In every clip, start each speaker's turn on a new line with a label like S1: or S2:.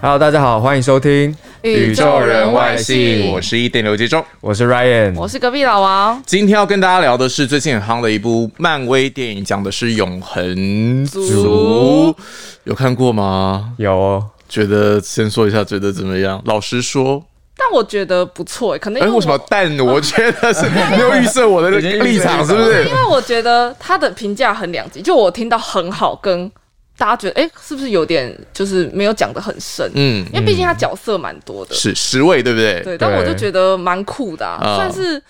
S1: Hello，大家好，欢迎收听，
S2: 宇宙人外星
S3: 我是一点刘杰中。
S1: 我是 Ryan，
S2: 我是隔壁老王，
S3: 今天要跟大家聊的是最近很夯的一部漫威电影，讲的是永恒族
S2: 族，
S3: 有看过吗？
S1: 有哦
S3: 觉得先说一下，觉得怎么样？老实说，
S2: 但我觉得不错，欸可能
S3: 哎、
S2: 因为
S3: 为什么
S2: 我？
S3: 但我觉得是没有预设我的立场，是不是
S2: 因？为我觉得他的评价很两极，就我听到很好，跟大家觉得哎、是不是有点就是没有讲的很深？
S3: 嗯，
S2: 因为毕竟他角色蛮多的，
S3: 是十位，对不对？
S2: 对，但我就觉得蛮酷的、啊，
S3: 啊
S2: 算是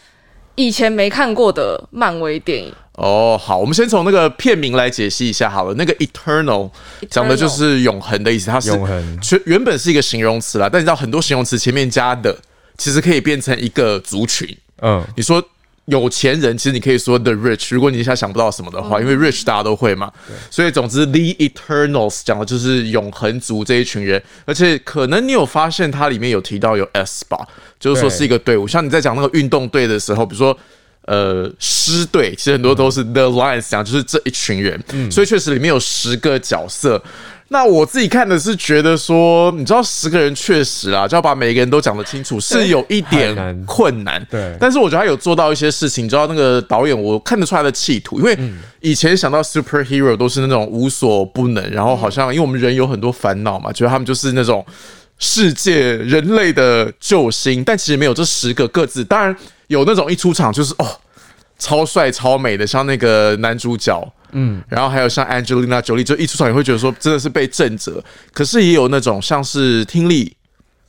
S2: 以前没看过的漫威电影。
S3: 哦，好，我们先从那个片名来解析一下好了。那个 eternal 讲的就是永恒的意思，它是
S1: 永恒
S3: 全原本是一个形容词啦，但你知道很多形容词前面加的，其实可以变成一个族群。
S1: 嗯，
S3: 你说有钱人，其实你可以说 the rich。如果你一下想不到什么的话，因为 rich 大家都会嘛。所以总之，the eternals 讲的就是永恒族这一群人，而且可能你有发现它里面有提到有 S 吧，就是说
S1: 对
S3: 是一个队伍。像你在讲那个运动队的时候，比如说。呃，狮队其实很多都是 The Lions 讲，就是这一群人，所以确实里面有十个角色。那我自己看的是觉得说，你知道十个人确实啊啦，就要把每个人都讲得清楚，是有一点
S1: 很难
S3: 困难。
S1: 对
S3: 但是我觉得他有做到一些事情，你知道那个导演，我看得出来他的企图，因为以前想到 superhero 都是那种无所不能，然后好像因为我们人有很多烦恼嘛，觉得他们就是那种世界人类的救星，但其实没有这十个各自，当然有那种一出场就是哦。超帅超美的，像那个男主角，嗯，然后还有像 Angelina Jolie，就一出场你会觉得说真的是被震折，可是也有那种像是听力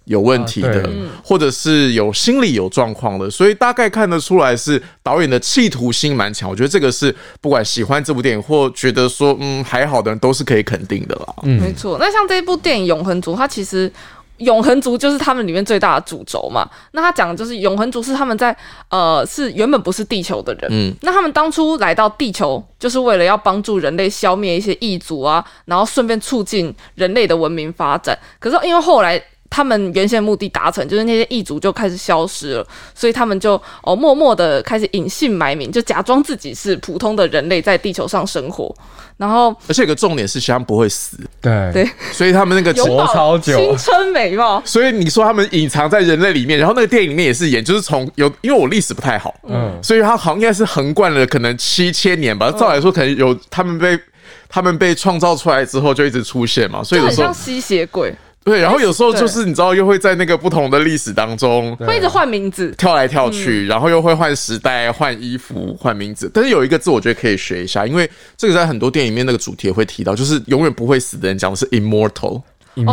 S3: 有问题
S1: 啊
S3: 的，
S1: 对
S3: 或者是有心理有状况的，所以大概看得出来是导演的企图心蛮强。我觉得这个是不管喜欢这部电影或觉得说嗯还好的人都是可以肯定的啦。嗯，
S2: 没错。那像这一部电影《永恒族》，它其实。永恒族就是他们里面最大的主轴嘛。那他讲的就是永恒族是他们在呃是原本不是地球的人，
S3: 嗯
S2: 那他们当初来到地球就是为了要帮助人类消灭一些异族啊，然后顺便促进人类的文明发展。可是因为后来他们原先目的达成，就是那些异族就开始消失了，所以他们就哦默默的开始隐姓埋名，就假装自己是普通的人类在地球上生活，然后
S3: 而且有个重点是，其实他们不会死，
S1: 对
S2: 对
S3: 所以他们那个
S2: 永
S1: 活超
S2: 葆
S1: 久啊
S2: 青春美貌。
S3: 所以你说他们隐藏在人类里面，然后那个电影里面也是演，就是从有，因为我历史不太好，
S2: 哦
S1: 嗯
S3: 所以他好像应该是横贯了可能七千年
S2: 嗯
S3: 吧。照来说，可能有他们被他们被创造出来之后就一直出现嘛，所以
S2: 就
S3: 有
S2: 很
S3: 时
S2: 像
S3: 候
S2: 吸血鬼，
S3: 对，然后有时候
S2: 对
S3: 就是你知道又会在那个不同的历史当中
S1: 对
S2: 会一直换名字。
S3: 跳来跳
S2: 嗯
S3: 去，然后又会换时代、换衣服、换名字。但是有一个字，我觉得可以学一下，因为这个在很多电影里面那个主题也会提到，就是永远不会死的人讲的是 immortal。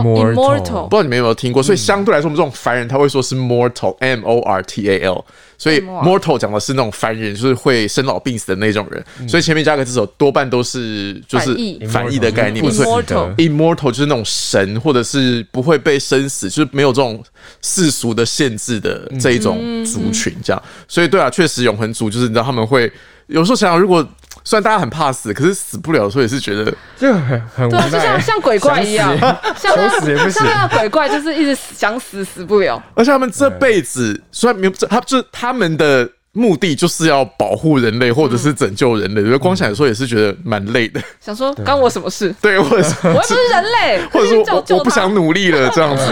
S2: Immortal
S3: 不知道你们有没有听过，所
S2: 嗯
S3: 以相对来说，我们这种凡人他会说是 mortal，m o r t a l，所以
S2: 哦 M O R
S3: mortal 讲的是那种凡人，就是会生老病死的那种人，所以前面加个这首多半都是就是
S2: 嗯反义
S3: 反义的概
S2: Immortal
S3: 念，不是
S2: Immortal
S3: immortal 就是那种神，或者是不会被生死，就是没有这种世俗的限制的这一种族群，
S2: 嗯
S3: 这样。所以对啊，确实永恒族就是你知道他们会有时候想想，如果虽然大家很怕死，可是死不了的时候也是觉得
S1: 就很很无
S2: 对啊，就
S1: 奈
S2: 像，像鬼怪一样，像那
S1: 求死也不行
S2: 像那个鬼怪，就是一直想死死不了。
S3: 而且他们这辈子虽然没有，这他就是他们的目的就是要保护人类或者是拯救人类，因为光想说也是觉得蛮累 的，
S2: 想说关我什么事？
S3: 对，或者是
S2: 我又不是人 类，
S3: 或者
S2: 是
S3: 说
S2: 救
S3: 我
S2: 救
S3: 我不
S2: 他
S3: 想努力了这样子，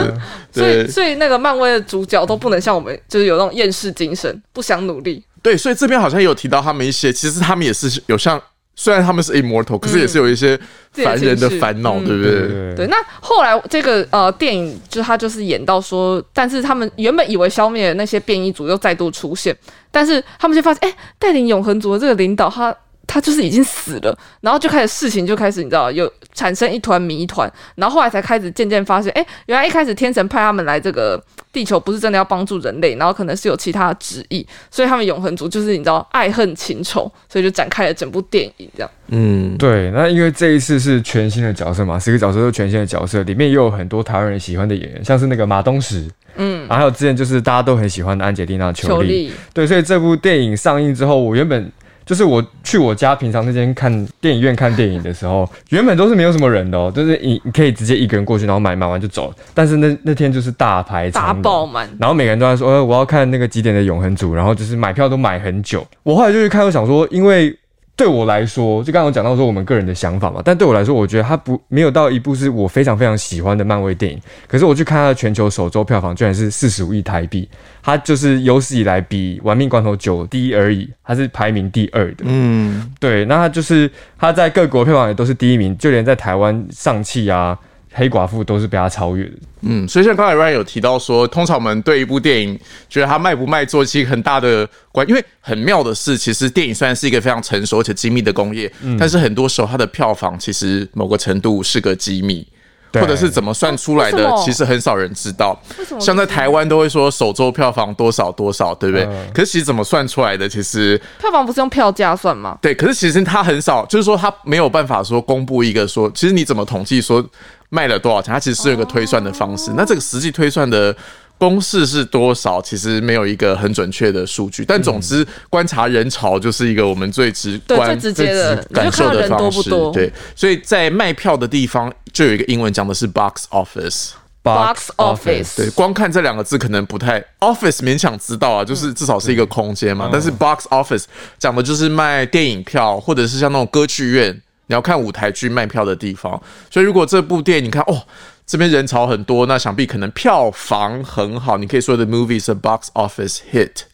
S2: 所以
S3: 嗯对
S2: 所以那个漫威的主角都不能像我们，就是有那种厌世精神，不想努力。
S3: 对，所以这边好像有提到他们一些，其实他们也是有像。虽然他们是 immortal，可是也是有一些凡人的烦恼，
S2: 嗯
S3: 对不
S1: 对
S3: 对？
S1: 对
S2: 对，那后来这个呃电影就是他就是演到说，但是他们原本以为消灭的那些变异族又再度出现，但是他们就发现，哎、带领永恒族的这个领导他他就是已经死了，然后就开始事情就开始你知道有产生一团谜团，然后后来才开始渐渐发现，哎，原来一开始天神派他们来这个地球不是真的要帮助人类，然后可能是有其他的旨意，所以他们永恒族就是你知道爱恨情仇，所以就展开了整部电影这样。
S3: 嗯，
S1: 对，那因为这一次是全新的角色嘛，十个角色都是全新的角色，里面也有很多台湾人喜欢的演员，像是那个马东石，嗯，然后还有之前就是大家都很喜欢的安吉丽娜·
S2: 球
S1: 裘丽，
S2: 力，
S1: 对，所以这部电影上映之后，我原本就是我去我家平常那间看电影院看电影的时候，原本都是没有什么人的哦，就是你你可以直接一个人过去，然后买买完就走了，但是那那天就是大排
S2: 大
S1: 长
S2: 爆
S1: 龙。
S2: 满，
S1: 然后每个人都在说，呃，我要看那个几点的永恒组，然后就是买票都买很久。我后来就去看，我想说，因为对我来说，就刚刚有讲到说我们个人的想法嘛，但对我来说，我觉得它不没有到一部是我非常非常喜欢的漫威电影。可是我去看它的全球首周票房居然是四十五亿台币，它就是有史以来比《玩命关头九》第一而已，它是排名第二的。
S3: 嗯，
S1: 对，那它就是它在各国票房也都是第一名，就连在台湾上汽啊、黑寡妇都是被它超越的。
S3: 嗯，所以像刚才 Ryan 有提到说，通常我们对一部电影觉得它卖不卖，做其实很大的关，因为很妙的是，其实电影虽然是一个非常成熟而且精密的工业，但是很多时候它的票房其实某个程度是个机密。
S1: 对
S3: 或者是怎么算出来
S2: 为
S3: 的
S2: 什，么
S3: 其实很少人知道
S2: 为什。么
S3: 像在台湾都会说首周票房多少多少，对不对？可是其实怎么算出来的，其实
S2: 票房不是用票价算吗？
S3: 对，可是其实他很少，就是说他没有办法说公布一个说，其实你怎么统计说卖了多少钱，他其实是有一个推算的方式。那这个实际推算的公式是多少，其实没有一个很准确的数据。但总之，观察人潮就是一个我们最直
S2: 对，
S3: 观
S2: 最直接
S1: 最直
S2: 的，你就
S3: 感
S2: 看
S3: 受
S2: 到
S3: 的
S2: 人
S3: 方
S2: 多不
S3: 式。
S2: 多。
S3: 对，所以在卖票的地方就有一个英文讲的是 box office。
S2: Box office
S3: 对，光看这两个字可能不太，office 勉强知道啊，就是至少是一个空间嘛。但是 box office 讲的就是卖电影票，或者是像那种歌剧院，你要看舞台剧卖票的地方。所以如果这部电影你看哦，这边人潮很多，那想必可能票房很好。你可以说 the movie is a box office hit。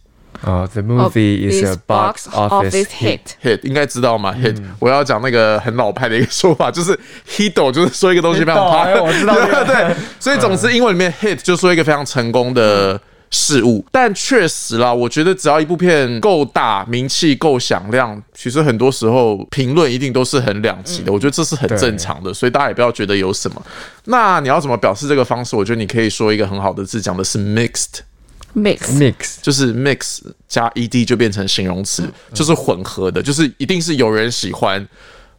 S1: 啊、t h e
S2: of
S1: movie is a
S2: this
S1: box office hit。
S3: hit 应该知道嘛？hit，、我
S1: 嗯
S3: 要讲那个很老派的一个说法， 就是 hito，就是说一个东西非常
S1: Hito，
S3: 怕，
S1: 哎我知道这个 嗯
S3: 对对。所以总之，英文里面 hit 就说一个非常成功的事物，但确实啦，我觉得只要一部片够大，名气够响亮，其实很多时候评论一定都是很两极
S1: 嗯
S3: 的，我觉得这是很正常的，所以大家也不要觉得有什么。那你要怎么表示这个方式？我觉得你可以说一个很好的字，讲的是 mixed。
S2: mix
S1: mix
S3: 就是 mix 加 ed 就变成形容词，就是混合的，就是一定是有人喜欢，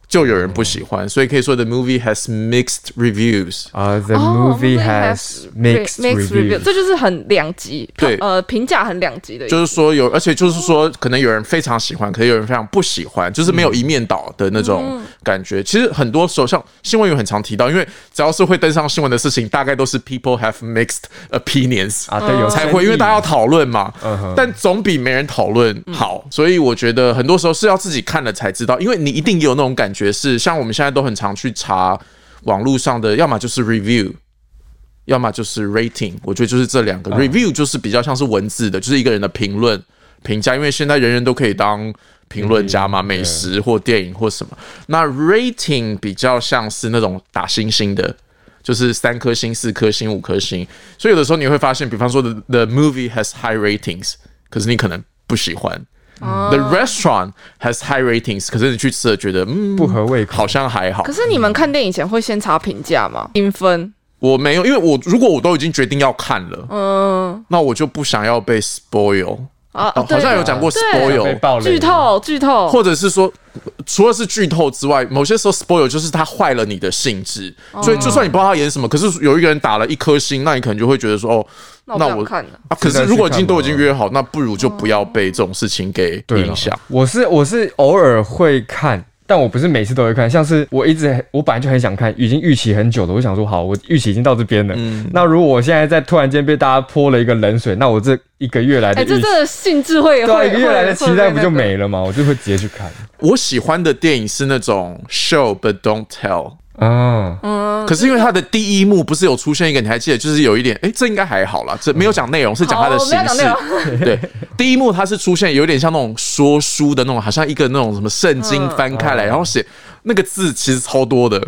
S3: 就有人不喜欢，所以可以说 the movie has mixed reviews。
S1: 啊、t h e
S2: 哦
S1: movie has mixed
S2: mixed review，
S1: review。
S2: 这就是很两极，
S3: 对
S2: 呃，评价很两极的意思，
S3: 就是说有，而且就是说，可能有人非常喜欢，可能有人非常不喜欢，就是没有一面倒的那种感觉。其实很多时候，像新闻有很常提到，因为只要是会登上新闻的事情，大概都是 people have mixed opinions
S1: 啊，
S2: Uh,
S1: 对，有
S3: 才
S1: 争
S3: 会，
S1: 议
S3: 因为大家要讨论嘛。
S1: 哼
S3: 但总比没人讨论好，所以我觉得很多时候是要自己看了才知道，因为你一定有那种感觉是，像我们现在都很常去查网络上的，要么就是 review。要么就是 rating，我觉得就是这两个、review 就是比较像是文字的，就是一个人的评论评价，因为现在人人都可以当评论
S1: 嗯
S3: 家嘛，美食或电影或什么。那 rating 比较像是那种打星星的，就是三颗星、四颗星、五颗星。所以有的时候你会发现，比方说 the, the movie has high ratings，可是你可能不喜欢。The
S2: 哦
S3: restaurant has high ratings，可是你去吃了觉得嗯
S1: 不合胃口
S3: 好像还好
S2: 可。是你们看电影前会先查评价吗？评分，
S3: 我没有，因为我如果我都已经决定要看了，
S2: 嗯
S3: 那我就不想要被 spoil。
S2: 啊，
S3: 哦，
S2: 对
S3: 好像有讲过
S2: 对
S1: 被
S3: spoil，
S1: 爆雷
S2: 剧，透，剧透，
S3: 或者是说，除了是剧透之外，某些时候 spoil 就是它坏了你的兴致，
S2: 哦
S3: 所以就算你不知道他演什么，可是有一个人打了一颗星，那你可能就会觉得说，哦，
S2: 那我
S3: 那
S2: 不想
S3: 我
S2: 看了。
S3: 啊，可
S1: 现在
S3: 是
S1: 去
S3: 如果已经
S1: 看
S3: 都
S1: 吗
S3: 已经约好，那不如就不要被这种事情给
S1: 对啊
S3: 影响。。
S1: 我是我是偶尔会看。但我不是每次都会看，像是我一直我本来就很想看，已经预期很久了。我想说，好，我预期已经到这边了。那如果我现在在突然间被大家泼了一个冷水，那我这一个月来的
S2: 哎，
S1: 预期，
S2: 这这性质会
S1: 对啊
S2: 会
S1: 一个月来的
S2: 会
S1: 期待不就
S2: 会那个
S1: 没了吗？我就会直接去看
S3: 我喜欢的电影是那种 show but don't tell，
S1: 啊。
S2: 嗯
S3: 可是因为它的第一幕不是有出现一个，你还记得？就是有一点，哎、这应该还好啦，这没有讲内容，是讲它的
S2: 哦好我
S3: 形
S2: 们要讲内
S3: 式。对，第一幕它是出现有点像那种说书的那种，好像一个那种什么圣经翻开来，然后写那个字其实超多的。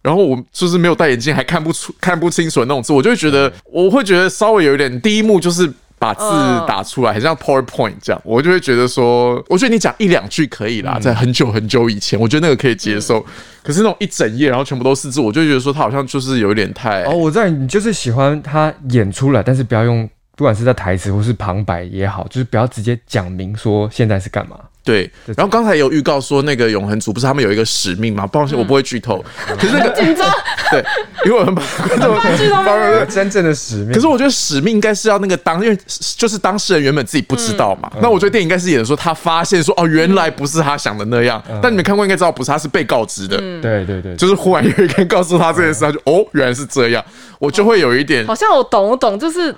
S3: 然后我就是没有戴眼镜，还看不出看不清楚的那种字，我就会觉得，我会觉得稍微有一点。第一幕就是把字
S2: 嗯
S3: 打出来，很像 PowerPoint 这样，我就会觉得说，我觉得你讲一两句可以啦，在很久很久以前，我觉得那个可以接受。可是那种一整页，然后全部都是字，我就觉得说他好像就是有点太
S1: 哦，我知道你就是喜欢他演出来，但是不要用，不管是在台词或是旁白也好，就是不要直接讲明说现在是干嘛。
S3: 对。
S1: 对
S3: 然后刚才有预告说那个永恒族不是他们有一个使命嘛？抱歉，我不会剧透。可是 那个
S2: 紧张，
S3: 对，因为我很怕观众
S2: 剧透
S3: 反而
S1: 真正的使命。
S3: 可是我觉得使命应该是要那个当，因为就是当事人原本自己不知道嘛。那我觉得电影应该是演的说他发现说哦，原来不是他想的那样。但你们看过应该知道，不是他是被告知的，
S1: 对对对，
S3: 就是忽然有一个人告诉他这件事，他就哦，原来是这样。我就会有一点
S2: 好，像我懂，我懂，就是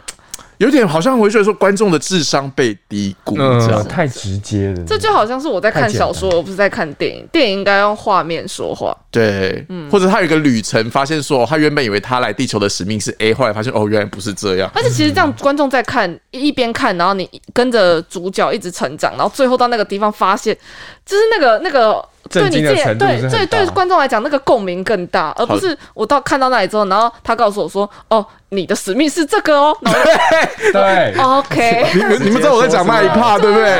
S3: 有点好像我会觉得说观众的智商被低估这样
S1: 嗯，。太直接了。
S2: 这就好像是我在看小说，我不是在看电影。电影应该用画面说话，
S3: 对，或者他有一个旅程，发现说哦他原本以为他来地球的使命是 A，后来发现哦，原来不是这样。
S2: 而且其实这样观众在看，一边看，然后你跟着主角一直成长，然后最后到那个地方发现，就是那个那个。对
S1: 震
S2: 你
S1: 惊的
S2: 自己
S1: 程度
S2: 对
S1: 是很
S2: 对
S1: 大
S2: 对观众来讲，那个共鸣更大，而不是我到看到那里之后，然后他告诉我说：“哦，你的使命是这个哦。然后
S1: 对，
S2: 我” OK
S3: 你们你们知道我在讲那一趴对不对？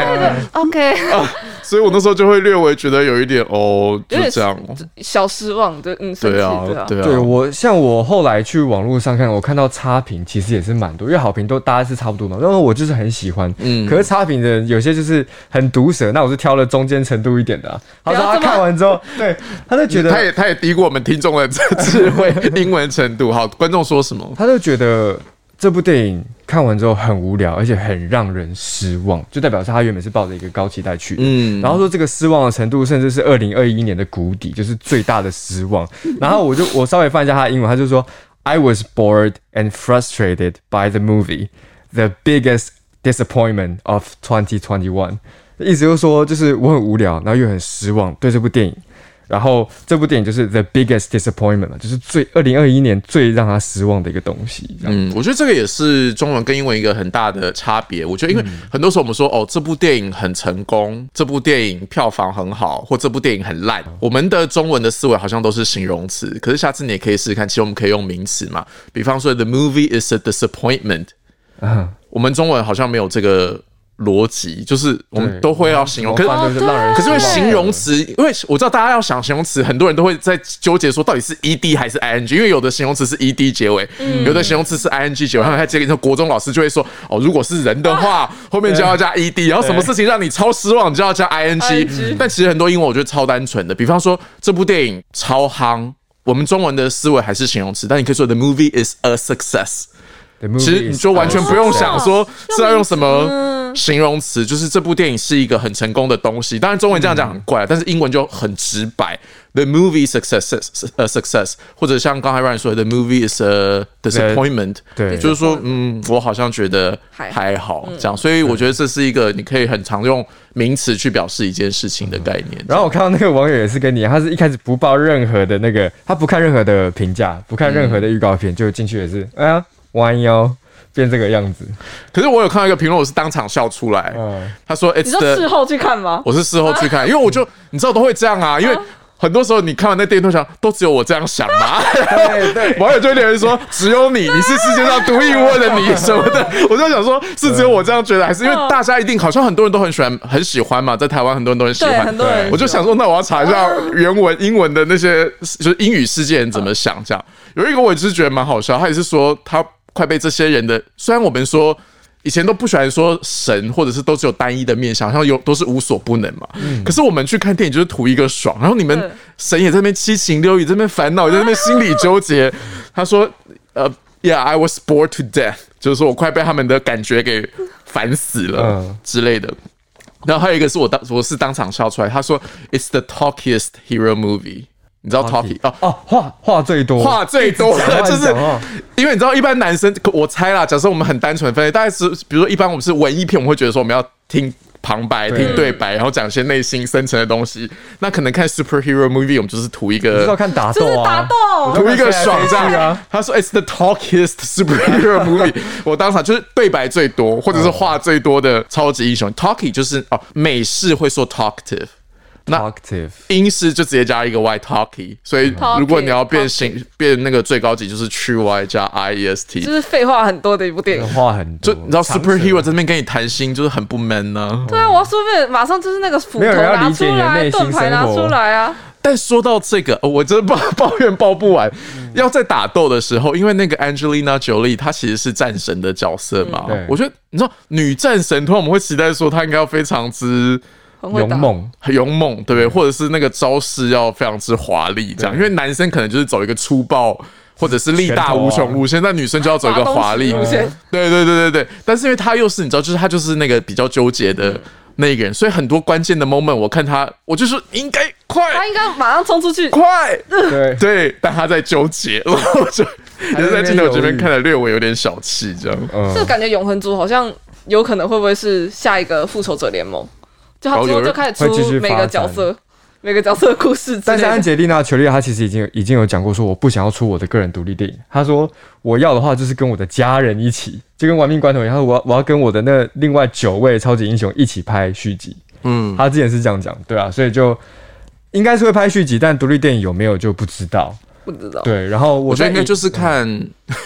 S2: OK，
S3: 所以我那时候就会略微觉得有一点哦，就
S2: 有点
S3: 这样。
S2: 小失望，对，嗯，生气，
S3: 对
S2: 对
S3: 啊
S2: 啊，，
S3: 对
S1: 对
S3: 啊，
S1: 我像我后来去网络上看，我看到差评其实也是蛮多，因为好评都大家是差不多嘛。然后我就是很喜欢，
S3: 嗯
S1: 可是差评的人有些就是很毒舌，那我是挑了中间程度一点的、啊。他
S2: 不要
S1: 说他
S2: 这么
S1: 看完之后，对，他就觉得
S3: 他也他也低估我们听众的这智 慧英文程度。好，观众说什么？
S1: 他就觉得这部电影看完之后很无聊，而且很让人失望，就代表是他原本是抱着一个高期待去的。
S3: 嗯，
S1: 然后说这个失望的程度，甚至是二零二一年的谷底，就是最大的失望。然后我就我稍微翻一下他的英文，他就说：“I was bored and frustrated by the movie, the biggest disappointment of 2021。”意思就是说，就是我很无聊，然后又很失望，对这部电影。然后这部电影就是 the biggest disappointment 嘛，就是最二零二一年最让他失望的一个东西。这样
S3: 嗯，我觉得这个也是中文跟英文一个很大的差别。我觉得，因为很多时候我们说哦，这部电影很成功，这部电影票房很好，或这部电影很烂，我们的中文的思维好像都是形容词。可是下次你也可以试试看，其实我们可以用名词嘛，比方说 the movie is a disappointment。我们中文好像没有这个逻辑，就是我们
S1: 对
S3: 都会要形容，可
S1: 怎么办就
S2: 哦
S3: 是
S1: 是让人
S2: 啊
S3: 可是因为
S1: 失望
S3: 形容词，因为我知道大家要想形容词，很多人都会在纠结说到底是 ed 还是 ing，因为有的形容词是 ed 结尾，有的形容词是 ing 结尾。他们在接着国中老师就会说，哦，如果是人的话，后面就要加 ed，然后什么事情让你超失望，你就要加 ing
S2: ing。
S3: 但其实很多英文我觉得超单纯的，比方说这部电影超夯，我们中文的思维还是形容词，但你可以说 the movie is a success。
S1: The movie 啊
S3: 其实你
S1: is
S3: 就完全不用想说是要用什么
S2: 嗯
S3: 形容词，就是这部电影是一个很成功的东西。当然中文这样讲很怪，但是英文就很直白。The movie success a success，或者像刚才 Ryan 说的，The movie is a disappointment，
S1: 对
S3: 就是说嗯，我好像觉得
S2: 还好
S3: 还好这样，所以我觉得这是一个你可以很常用名词去表示一件事情的概念。
S1: 嗯然后我看到那个网友也是跟你一样，他是一开始不报任何的那个，他不看任何的评价，不看任何的预告片，就进去也是，哎呀，弯腰变这个样子，
S3: 可是我有看到一个评论，我是当场笑出来
S1: 嗯。
S3: 他说
S2: 你
S3: It's
S2: 说
S3: the
S2: 事后去看吗？
S3: 我是事后 去看，因为我就你知道都会这样啊，
S2: 嗯
S3: 因为很多时候你看完那电影都想，都只有我这样想吗？
S2: 嗯
S1: 对对，
S3: 网友就会留言说，只有你，你是世界上独一无二的你什么的。
S2: 嗯
S3: 我就想说，是只有我这样觉得，还是因为大家一定好像很多人都很喜欢，很喜欢嘛，在台湾很多人都很喜
S2: 对，
S3: 欢
S2: 很。多人
S3: 我就想说，那我要查一下原文、英文的那些，就是英语世界人怎么想。这样有一个我也是觉得蛮好笑，他也是说他快被这些人的，虽然我们说。以前都不喜欢说神，或者是都只有单一的面相，好像有都是无所不能嘛。可是我们去看电影就是图一个爽，然后你们
S2: 嗯对
S3: 神也在那边七情六欲，在那边烦恼，也在那边心理纠结。他说：“呃，Yeah，I was bored to death，就是说我快被他们的感觉给烦死了、
S1: 嗯
S3: 之类的。”然后还有一个是我当我是当场笑出来，他说 "It's the talkiest hero movie"，你知道 talky 哦。
S1: 哦，话话最多，
S3: 话最多
S1: 讲话
S3: 的就是
S1: 讲话，
S3: 因为你知道，一般男生，我猜啦，假设我们很单纯的分类，大概是，比如说，一般我们是文艺片，我们会觉得说我们要听旁白、
S1: 对
S3: 听对白，然后讲一些内心深层的东西。那可能看 superhero movie，我们就是图一
S1: 就是要
S3: 个
S1: 看打
S2: 就
S1: 斗
S2: 是打
S1: 啊，
S2: 斗，
S3: 图一个爽这
S1: 看飞来飞去
S3: 样
S1: 啊。
S3: 他说 "It's the talkiest superhero movie"，我 当场就是对白最多，或者是话最多的超级英雄。Talky 就是哦，美式会说 talkative。那
S1: Talkative
S3: 英式就直接加一个 y talkie，所以
S2: Talkie，
S3: 如果你要变
S2: talkie
S3: 形变那个最高级，就是 t r u y 加 i e s t，
S2: 就是废话很多的一部电影。
S1: 话很
S3: 就
S1: 多，
S3: 你知道
S1: 长舌
S3: superhero 在那边跟你谈心，就是很不 man 呢、
S2: 对啊，我要说不定马上就是那个斧
S1: 没
S2: 头
S1: 有人要
S2: 拿
S1: 理
S2: 出
S1: 解你的内
S2: 来，
S1: 心
S2: 盾牌拿
S1: 生活
S2: 出来啊！
S3: 但说到这个，呃我真的抱抱怨抱不完。
S1: 嗯
S3: 要在打斗的时候，因为那个 Angelina Jolie 她其实是战神的角色嘛，
S1: 嗯对
S3: 我觉得你知道女战神，通常我们会期待说她应该要非常之
S2: 很会
S1: 勇
S2: 打，
S1: 猛，
S3: 很勇猛，对不
S2: 嗯
S3: 对？或者是那个招式要非常之华丽，这样，因为男生可能就是走一个粗暴。或者是力大无穷路线，但女生就要走一个华丽嗯
S2: 拔东西路线
S3: 对对对对对，但是因为她又是你知道，就是她就是那个比较纠结的那一个人，所以很多关键的 moment，我看她，我就说应该快
S2: 他应该马上冲出去。
S3: 快，
S1: 对，
S3: 对，但她在纠结，然后我就
S1: 还在那边
S3: 也是在镜头这边
S1: 犹豫
S3: 看的略微有点小气，这样。
S1: 嗯
S2: 这个感觉永恒族好像有可能会不会是下一个复仇者联盟？就他
S3: 哦
S2: 之
S3: 有
S2: 后
S3: 人
S2: 就开始
S1: 会继
S2: 出
S1: 续
S2: 每
S1: 发
S2: 个
S1: 展
S2: 角色、每个角色的故事之
S1: 但
S2: 类
S1: 是安
S2: 的。
S1: 吉丽娜·裘丽，她其实已经已经有讲过，说我不想要出我的个人独立电影。她说我要的话就是跟我的家人一起，就跟《玩命关头》一样，她说我要我要跟我的那另外九位超级英雄一起拍续集。
S3: 嗯，
S1: 她之前是这样讲，对啊，所以就应该是会拍续集，但独立电影有没有就不知道。
S2: 不知
S3: 哦
S2: 道，
S1: 对，然后我
S3: 我觉得应该就是是
S2: 嗯
S3: 看，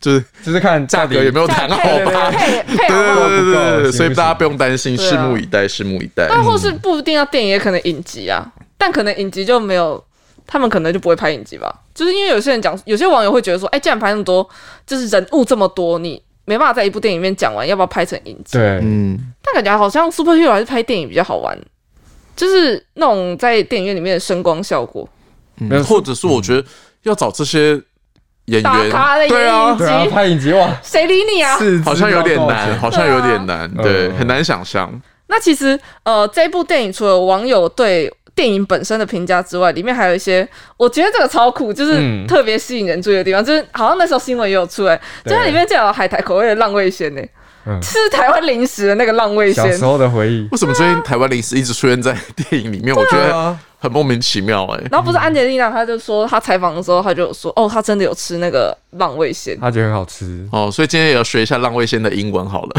S3: 就是
S1: 就是看
S3: 价格有没有谈好
S2: 配
S3: 吧。
S2: 配配
S3: 对
S2: 好不好？
S3: 对对对
S1: 不
S3: 对，
S1: 够
S3: 所以
S1: 行不行
S3: 大家不用担心，
S2: 对啊
S3: 拭目以待，拭目以待。
S2: 但或是不一定要电影，也可能影集啊。但可能影集就没有，他们可能就不会拍影集吧。就是因为有些人讲，有些网友会觉得说，哎、既然拍那么多，就是人物这么多，你没办法在一部电影里面讲完，要不要拍成影集？
S1: 对，
S3: 嗯，
S2: 但感觉好像 superhero 还是拍电影比较好玩，就是那种在电影院里面的声光效果，
S1: 没有
S3: 或者是我觉得要找这些演
S2: 大
S3: 员
S2: 咖的，
S3: 对
S2: 演
S3: 啊，
S1: 对啊，
S2: 影集，
S1: 拍影集哇，
S2: 谁理你啊？
S1: 是
S3: 好像有点难，好像有
S2: 对啊
S3: 点难，对，
S1: 嗯
S3: 很难想象。
S2: 那其实呃，这部电影除了网友对电影本身的评价之外，里面还有一些我觉得这个超酷，就是
S1: 嗯
S2: 特别吸引人注意的地方，就是好像那时候新闻也有出来，就
S1: 对
S2: 它里面竟然有海苔口味的浪味仙呢、
S1: 嗯
S2: 是台湾零食的那个浪味
S1: 小
S2: 仙
S1: 时，候的回忆。
S3: 为什么最近台湾零食一直出现在电影里面？我觉得
S1: 啊，
S3: 很莫名其妙哎。
S2: 然后不是安吉丽娜，她就说她采访的时候，她就有说哦，她真的有吃那个浪味仙，
S1: 她觉得很好吃。
S3: 哦，所以今天也要学一下浪味仙的英文好了，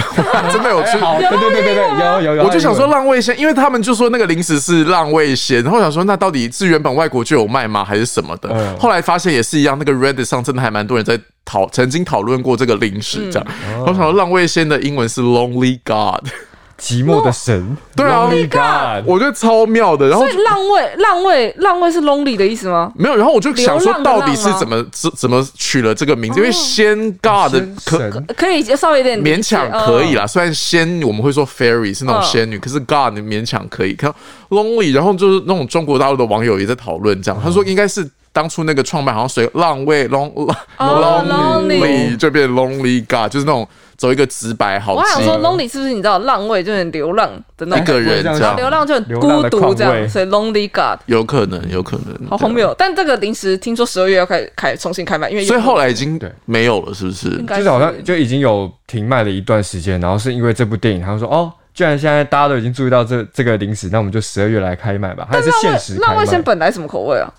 S3: 真的有吃。
S1: 好，对对对对对，有有有。
S3: 我就想说浪味仙，因为他们就说那个零食是浪味仙，然后我想说那到底是原本外国就有卖吗，还是什么的？
S1: 嗯
S3: 后来发现也是一样，那个 Reddit 上真的还蛮多人在讨曾经讨论过这个零食这样。
S1: 哦
S3: 我想说浪味仙的英文是 Lonely God，
S1: 嗯寂寞的神，
S3: 对啊
S1: Lonely God，
S3: 我觉得超妙的。然后
S2: 所以浪味浪味浪味是 lonely 的意思吗？
S3: 没有，然后我就想
S2: 流
S3: 说
S2: 浪的
S3: 到
S2: 浪哦
S3: 底是怎么怎怎么取了这个名字？因为仙 God 啊可
S1: 神
S2: 可以稍微有点理解
S3: 勉强可以
S2: 嗯
S3: 啦，虽然仙女我们会说 fairy 是那种仙女，可是 god 你勉强可以。看 lonely，然后就是那种中国大陆的网友也在讨论
S2: 嗯
S3: 这样，他说应该是当初那个创办好像谁浪味 long
S2: 哦 lonely
S3: 就变 lonely god，就是那种走一个直白好
S2: 我还想
S3: 记
S2: 说 lonely 是不是你知道浪味就是流浪的那
S3: 一
S2: 种，
S3: 个人这
S2: 然后
S3: 样，
S2: 流浪就很孤独这样，所以 lonely god
S3: 有可能，有可能，
S2: 好荒
S3: 对啊。
S2: 谬。但这个临时听说十二月要开始开重新开卖，因为
S3: 所以后来已经
S1: 对
S3: 没有了，是不是
S2: 应？该
S1: 就是好像就已经有停卖了一段时间，然后是因为这部电影，他们说哦，居然现在大家都已经注意到这这个零食，那我们就十二月来开卖吧，还是限时开
S2: 浪味仙
S1: 卖，
S2: 本来什么口味啊？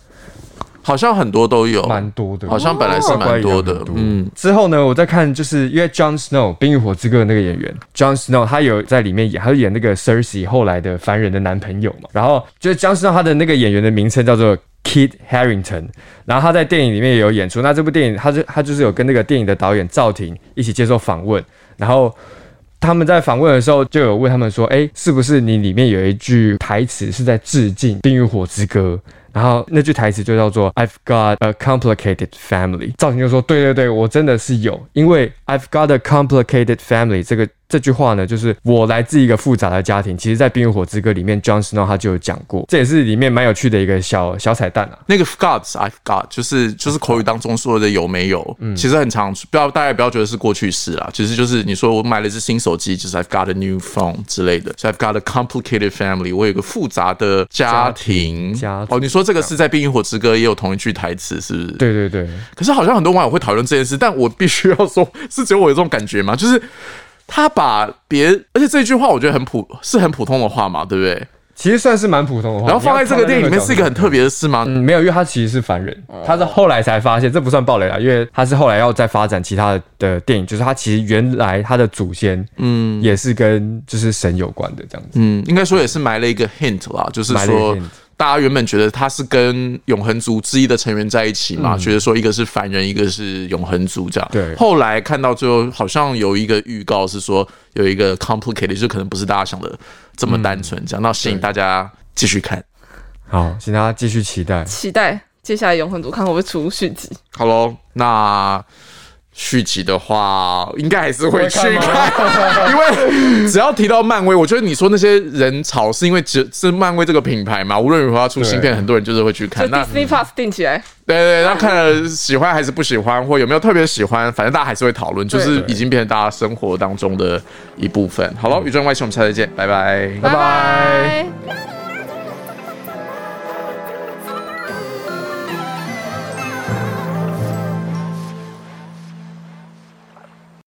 S3: 好像很多都有，
S1: 蛮多的，
S3: 好像本来是蛮多的，嗯。
S1: 嗯，之后呢，我再看，就是因为 Jon Snow《冰与火之歌》的那个演员 Jon Snow，他有在里面演，他就演那个 Cersei 后来的凡人的男朋友嘛。然后就是 Jon Snow 他的那个演员的名称叫做 Kit Harrington，然后他在电影里面也有演出。那这部电影，他就他就是有跟那个电影的导演赵婷一起接受访问，然后。他们在访问的时候就有问他们说：“哎、是不是你里面有一句台词是在致敬《冰与火之歌》？”然后那句台词就叫做 "I've got a complicated family"。赵婷就说：“对对对，我真的是有，因为 I've got a complicated family 这个这句话呢，就是我来自一个复杂的家庭。其实，在《冰与火之歌》里面，John Snow 他就有讲过，这也是里面蛮有趣的一个小小彩蛋啊。
S3: 那个 gods I've got 就是就是口语当中说的有没有，其实很常不要大家不要觉得是过去式啦，其实就是你说我买了一只新手机，就是 I've got a new phone 之类的，所以 I've got a complicated family，我有一个复杂的
S1: 家
S3: 家庭。
S1: 庭家庭
S3: 哦，你说这个是在《冰与火之歌》也有同一句台词，是不是？。
S1: 对对对，
S3: 可是好像很多网友会讨论这件事，但我必须要说，是只有我有这种感觉吗？就是他把别，而且这句话我觉得很普，是很普通的话嘛，对不对？
S1: 其实算是蛮普通的话。
S3: 然后放在这个电影里面是一个很哦特
S1: 别。
S3: 别的事吗？
S1: 嗯，没有，因为他其实是凡人，他是后来才发现，这不算暴雷啊啦，因为他是后来要再发展其他的的电影，就是他其实原来他的祖先，嗯，也是跟就是神有关的这样子。
S3: 嗯，应该说也是埋了一个 hint 啦，就是
S1: 埋了一个
S3: 说
S1: hint
S3: 大家原本觉得他是跟永恒族之一的成员在一起嘛，觉得说一个是凡人，一个是永恒族这样。
S1: 嗯对
S3: 后来看到最后好像有一个预告是说有一个 complicated，就可能不是大家想的这么单纯，这样，那吸引大家继续看。
S1: 好，请大家继续期待。
S2: 期待接下来永恒族看会不会出续集。
S3: 好喽，那续集的话，应该还是会去
S1: 会看
S3: 看，因 为只要提到漫威，我觉得你说那些人吵是因为只是漫威这个品牌嘛，无论如何要出新片，
S1: 对
S3: 很多人就是会去
S2: 就
S3: 看。那
S2: Disney Plus 定起来，
S3: 对对，那看了喜欢还是不喜欢，或有没有特别喜欢，反正大家还是会讨论，就是已经变成大家生活当中的一部分。好了，宇宙人外星，我们下次再见，拜拜。
S2: 拜拜。
S4: La la